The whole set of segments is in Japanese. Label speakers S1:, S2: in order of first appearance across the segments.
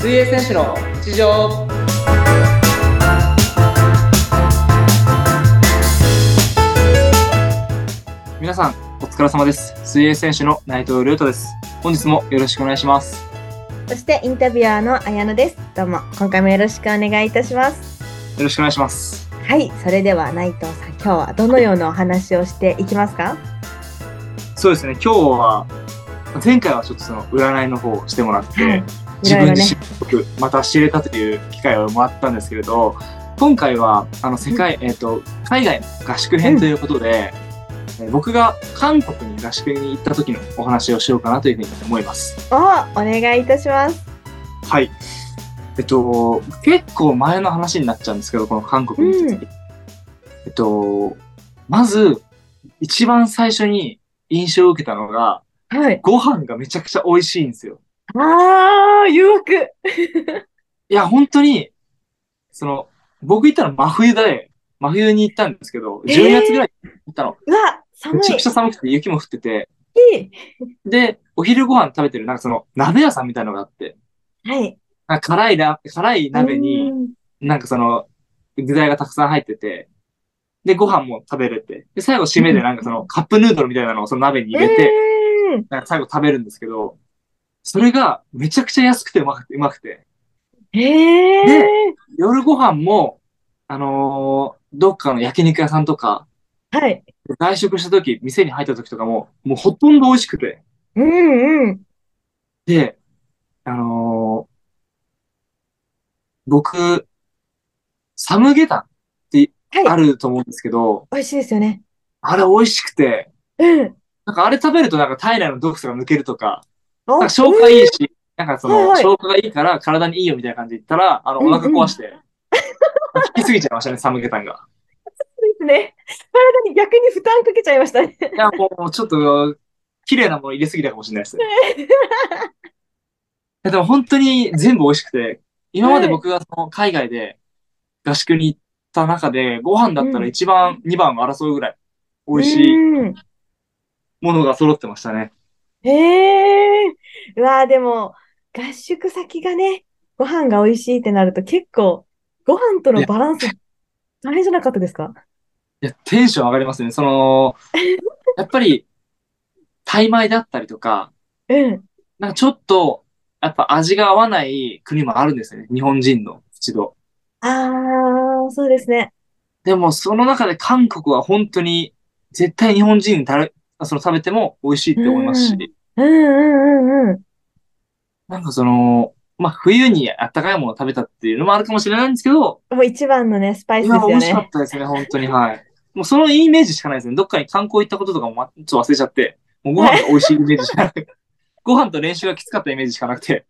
S1: 選手の日常皆さんお疲れ様です水泳選手の内藤亮太です本日もよろしくお願いします
S2: そしてインタビュアーの綾乃です。どうも、今回もよろしくお願いいたします。
S1: よろしくお願いします
S2: はい、それでは内藤さん、今日はどのようなお話をしていきますか
S1: そうですね今日は前回はちょっとその占いの方をしてもらって、
S2: はいい
S1: 自
S2: ろい
S1: 分
S2: ろ
S1: 自
S2: ね。
S1: 身をよくまた知れたという機会をもらったんですけれど今回はあの世界、えっと海外の合宿編ということで、えー僕が韓国に合宿に行った時のお話をしようかなというふうに思います。
S2: お、お願いいたします。
S1: はいえっと、結構前の話になっちゃうんですけど、この韓国に行った時、えっと、まず、一番最初に印象を受けたのが、
S2: はい。
S1: ご飯がめちゃくちゃ美味しいんですよ。
S2: あー、誘惑。
S1: いや、本当に、その、僕行ったの真冬で、真冬に行ったんですけど、
S2: えー
S1: 12月ぐらいに行ったの。
S2: うわ、寒
S1: めちゃ
S2: い
S1: くち。ゃ寒くて雪も降ってて、
S2: いい
S1: で、お昼ご飯食べてる、なんかその、鍋屋さんみたいのがあって、
S2: はい。
S1: なんか辛いな、辛い鍋に、
S2: うん。
S1: なんかその、具材がたくさん入ってて、で、ご飯も食べれて、で、最後締めでなんかその、カップヌードルみたいなのをその鍋に入れて、
S2: うん
S1: なんか最後食べるんですけど、それがめちゃくちゃ安くてうまくて、うまくて、
S2: へー。
S1: 夜ご飯も、あのーどっかの焼肉屋さんとか、
S2: はい。
S1: 外食した時、店に入った時とかも、もうほとんど美味しくて。
S2: うんうん。
S1: で、あのー僕、サムゲタンって
S2: はい
S1: あると思うんですけど、
S2: 美味しいですよね。
S1: あれ美味しくて、
S2: うん。
S1: なんかあれ食べるとなんか体内の毒素が抜けるとか、
S2: お
S1: なんか消化いいし、なんかそ
S2: はい
S1: の
S2: はい
S1: 消化がいいから体にいいよみたいな感じで言ったら、あのお腹壊して、 引きすぎちゃいましたね、サムゲタンが。
S2: ですね。体に逆に負担かけちゃいましたね。
S1: いや、もうちょっと、綺麗なもの入れすぎたかもしれな いですね。いやでも本当に全部美味しくて、今まで僕がその海外で合宿に行った中で、ご飯だったら1番、2番を争うぐらい美味しい
S2: うん
S1: ものが揃ってましたね。
S2: へえ、うわあ、でも、合宿先がね、ご飯が美味しいってなると結構、ご飯とのバランス、大変じゃなかったですか
S1: いや、テンション上がりますね。そ の、やっぱり、タイ米だったりとか、
S2: うん。
S1: なんかちょっと、やっぱ味が合わない国もあるんですよね。日本人の一度。
S2: ああ、そうですね。
S1: でも、その中で韓国は本当に、絶対日本人に誰その食べても美味しいって思いますし、
S2: うんうんうんうんうん。
S1: なんかその、まあ、冬にあったかいものを食べたっていうのもあるかもしれないんですけど、
S2: もう一番のね、スパイスで
S1: 今
S2: す
S1: も美
S2: よ
S1: 味しか
S2: ね
S1: っ。たですね、本当に。はい。もうそのイメージしかないですね。どっかに観光行ったこととかもまちょっと忘れちゃって、もうご飯が美味しいイメージし かなくて、ご飯と練習がきつかったイメージしかなくて。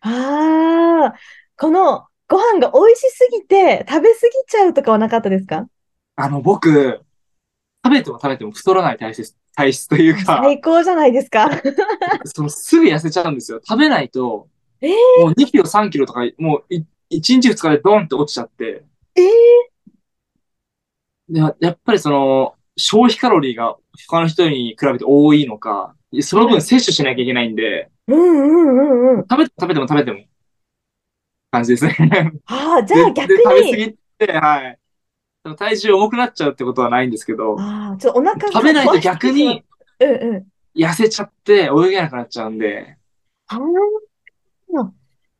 S2: ああ、この、ご飯が美味しすぎて、食べ過ぎちゃうとかはなかったですか
S1: あの、僕、食べても食べても太らない体質、体質というか、
S2: 最高じゃないで すか。
S1: そのすぐ痩せちゃうんですよ。食べないと、
S2: えー
S1: もう2キロ、3キロとか、もう1日2日でドンって落ちちゃって、
S2: ええ
S1: でやっぱりその、消費カロリーが他の人に比べて多いのか、その分摂取しなきゃいけないんで、
S2: うんうんうんうん。
S1: 食べ食べても食べても、感じですね。
S2: ああ、じゃあ逆
S1: でで食べ過
S2: に、
S1: ぎって、はい。その体重重くなっちゃうってことはないんですけど、
S2: ああ、ちょっとお腹が
S1: 食べないと逆に、
S2: うんうん。
S1: 痩せちゃって泳げなくなっちゃうんで、
S2: ああ、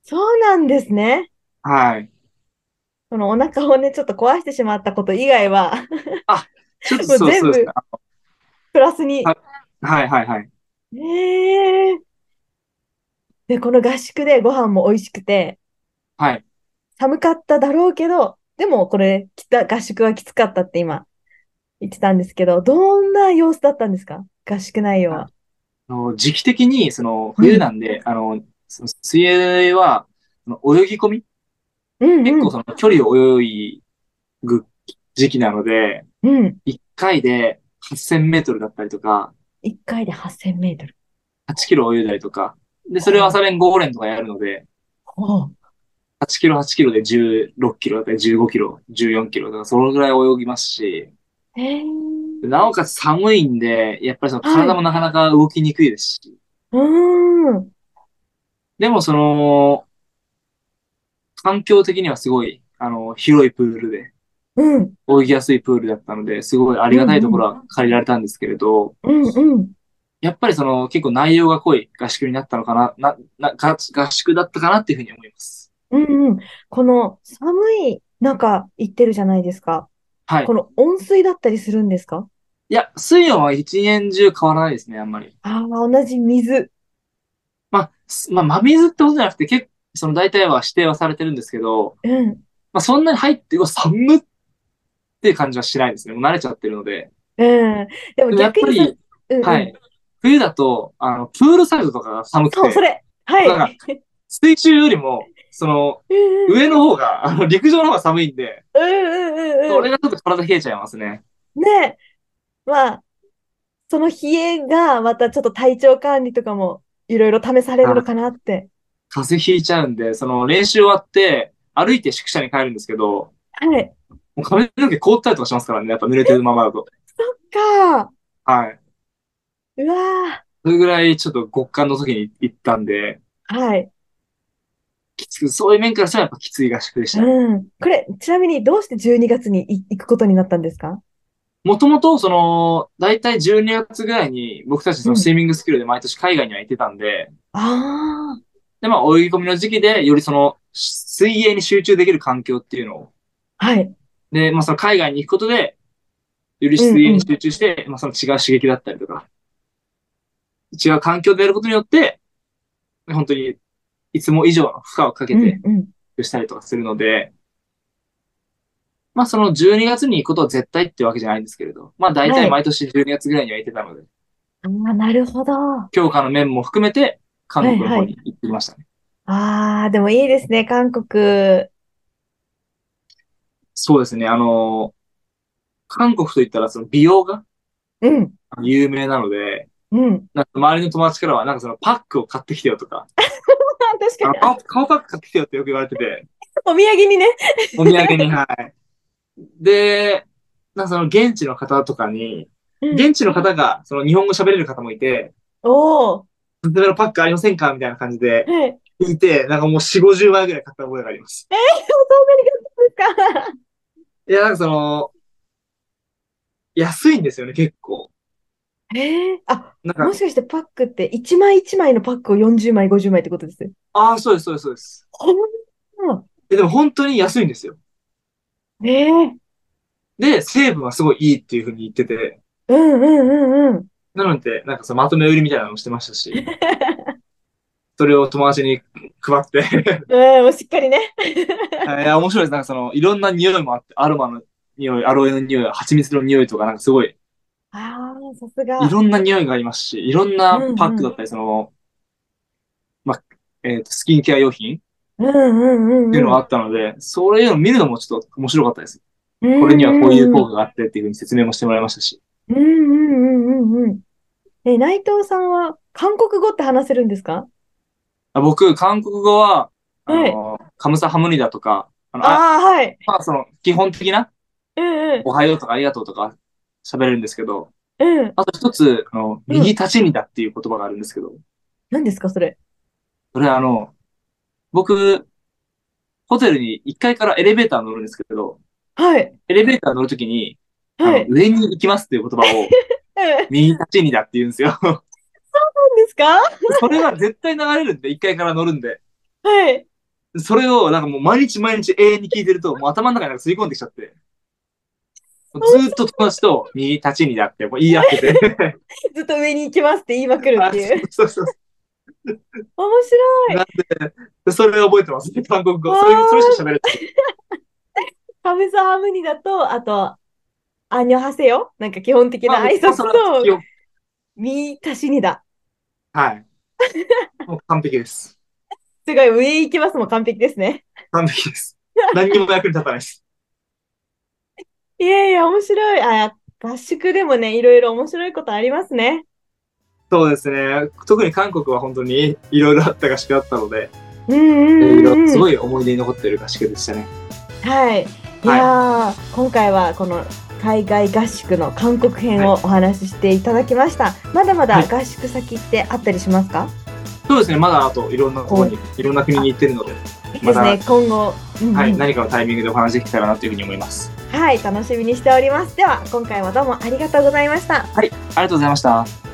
S2: そうなんですね。
S1: はい。
S2: そのお腹をね、ちょっと壊してしまったこと以外は、
S1: ちょっとそう
S2: もう全
S1: そう
S2: 部
S1: ですね。あ
S2: プラスに。
S1: ははいはいはい。
S2: ええで、この合宿でご飯も美味しくて、
S1: はい。
S2: 寒かっただろうけど、でもこれ、きた合宿はきつかったって今言ってたんですけど、どんな様子だったんですか合宿内容は。
S1: あの時期的に、その、冬なんで、あの、その水泳は、その泳ぎ込み、
S2: うん
S1: 結構その距離を泳ぐ時期なので、
S2: うん。うん。
S1: 1回で8000メートルだったりとか、
S2: 1回で8000メートル。
S1: 8キロ泳いだりとか、で、それを朝練5連とかやるので、
S2: おう
S1: 8キロ8キロで16キロだったり15キロ、14キロとか、そのぐらい泳ぎますし、
S2: へえ
S1: なおかつ寒いんで、やっぱりその体もなかなか動きにくいですし、
S2: うーん。
S1: でもその、環境的にはすごい、あの、広いプールで、
S2: うん、
S1: 泳ぎやすいプールだったので、すごいありがたいところは借りられたんですけれど、
S2: うん、うん。
S1: やっぱりその結構内容が濃い合宿になったのかな、な、な、合合宿だったかなっていうふうに思います。
S2: うん、うん。この寒い中行ってるじゃないですか。
S1: はい
S2: こ。の温水だったりするんですか
S1: いや、水温は一年中変わらないですね、あんまり。
S2: ああ、同じ水。
S1: まあ、すまあ、真水ってことじゃなくて、結構、その大体は指定はされてるんですけど、
S2: うん。
S1: まあ、そんなに入って、うわ、寒っっていう感じはしないですね。もう慣れちゃってるので。
S2: うん。でも
S1: でもやっ
S2: 逆
S1: ぱ
S2: にさ、
S1: り、
S2: うんうん
S1: はい。冬だと、あの、プールサイドとかが寒く
S2: そう、そ
S1: て、
S2: れ。は
S1: なんか
S2: い。
S1: 水中よりも、その、
S2: うん
S1: 上の方が、あの、陸上の方が寒いんで、
S2: うんうんうん
S1: そうれがちょっと体冷えちゃいますね。
S2: ん。ねえ。まあ、その冷えがまたちょっと体調管理とかもいろいろ試されるのかなって。
S1: 風邪ひいちゃうんで、その練習終わって、歩いて宿舎に帰るんですけど、
S2: はい。
S1: もう髪の毛凍ったりとかしますからね、やっぱ濡れてるままだと。
S2: か。
S1: はい。
S2: うわ
S1: それぐらいちょっと極寒の時に行ったんで、
S2: ーはい。
S1: きつく、そういう面からしたらやっぱきつい合宿でしたね。
S2: うん。これ、ちなみにどうして12月にい行くことになったんですか
S1: もともと、その、だいたい12月ぐらいに僕たちそのスイミングスキルで毎年海外には行ってたんで、
S2: ああ。
S1: で、まあ泳ぎ込みの時期で、よりその、水泳に集中できる環境っていうのを、
S2: はい。
S1: で、まあその海外に行くことで、より水泳に集中して、まあその違う刺激だったりとか、違う環境でやることによって、本当にいつも以上の負荷をかけ
S2: うん
S1: て
S2: うん。
S1: したりとかするので、まあその12月に行くことは絶対ってわけじゃないんですけれど、まあ大
S2: は
S1: 体
S2: い
S1: 毎年12月ぐらいには行ってたので、
S2: ああ、なるほど。あ
S1: 強化の面も含めて、韓国の方に行ってきましたね。
S2: あ、でもいいですね、韓国。
S1: そうですね、あの、韓国といったらその美容が
S2: うん、
S1: 有名なので、
S2: うん。
S1: なんか周りの友達からは、なんかそのパックを買ってきてよとか、
S2: 確か
S1: あ
S2: に、
S1: の顔顔パック買ってきてよってよく言われてて、
S2: お土産にね。
S1: お土産 に、はい。で、なんかその現地の方とかに、
S2: うん
S1: 現地の方がその日本語喋れる方もいて、
S2: おお、
S1: おすすめのパックありませんかみたいな感じで
S2: はい。
S1: いて、なんかもう4、50枚ぐらい買った覚えがあります。
S2: そんなに買ったんですか
S1: いや、なんかその、安いんですよね、結構。
S2: ええあ、
S1: なんか
S2: も、しかしてパックって1枚1枚のパックを40枚、50枚ってことです。
S1: ああ、そうです、そうです、そうです。
S2: ほん
S1: えでも本当に安いんですよ。
S2: ええ
S1: で、成分はすごいいいっていうふうに言ってて、
S2: うんうんうんうん。
S1: なので、なんかそのまとめ売りみたいなのもしてました し、それを友達に配って、
S2: うん、もうしっかりね。
S1: いや、面白いです。なんかその、いろんな匂いもあって、アロマの匂い、アロエの匂い、蜂蜜の匂いとか、なんかすごい、
S2: ああ、さすが。
S1: いろんな匂いがありますし、いろんなパックだったり、その、まあ、えっと、スキンケア用品っ
S2: うんうんうん
S1: ていうの
S2: う
S1: が
S2: ん。
S1: あったので、それを見るのもちょっと面白かったです。
S2: こ
S1: これにはこういう効果があってっていうふうに説明もしてもらいましたし。
S2: うんうんうんうんうん。え、内藤さんは韓国語って話せるんですか
S1: あ僕、韓国語は、あの、カムサハムニダとか、あの、あ
S2: ああ、はい。
S1: まあ、その、基本的な、
S2: うんうん。
S1: おはようとかありがとうとか喋れるんですけど、
S2: うん。
S1: あと一つ、あの、
S2: うん
S1: 右立ちにだっていう言葉があるんですけど、
S2: 何ですか、それ。
S1: それはあの、僕、ホテルに1階からエレベーター乗るんですけど、
S2: はい。
S1: エレベーター乗るときに、あの
S2: はい。うん。
S1: 上に行きますっていう言葉を、
S2: 何で
S1: 右立ちにだって言うんですよ。
S2: すか
S1: それが絶対流れるんで、1階から乗るんで。
S2: はい。
S1: それをなんかもう毎日毎日永遠に聞いてると、もう頭の中になんか吸い込んできちゃって。ずーっと友達と、右立ちにだってもう言い合ってて。
S2: ずっと上に行きます って言いまくるっていう。
S1: そうそうそう
S2: 面白い。
S1: でそれを覚えてますね、韓国語。
S2: わー
S1: それ、それしか喋れない。
S2: カムサハムニだと、あと、アンニョハセヨなんか基本的な挨
S1: ま
S2: 拶
S1: あ僕はそれ
S2: と、
S1: は好きよ
S2: ミータシニだ。
S1: はい。もう完璧です。
S2: すごい、上行きますも完璧ですね。
S1: 完璧です。何にも役に立たないです。
S2: いやいや、面白い。あ、合宿でもね、いろいろ面白いことありますね。
S1: そうですね。特に韓国は本当にいろいろあった合宿だったので、
S2: うんうんうんうん、
S1: すごい思い出に残っている合宿でしたね。
S2: はい。いやー、今回はこの海外合宿の韓国編をお話ししていただきました。まだまだ
S1: はい
S2: 合宿先ってあったりしますか、
S1: そうですね、まだあといろんなところに、いろんな国に行ってるので、
S2: いいです
S1: まだ
S2: ね、今後。うんうん
S1: はい、何かのタイミングでお話できたらなというふうに思います。
S2: はい、楽しみにしております。では、今回はどうもありがとうございました。
S1: ありがとうございました。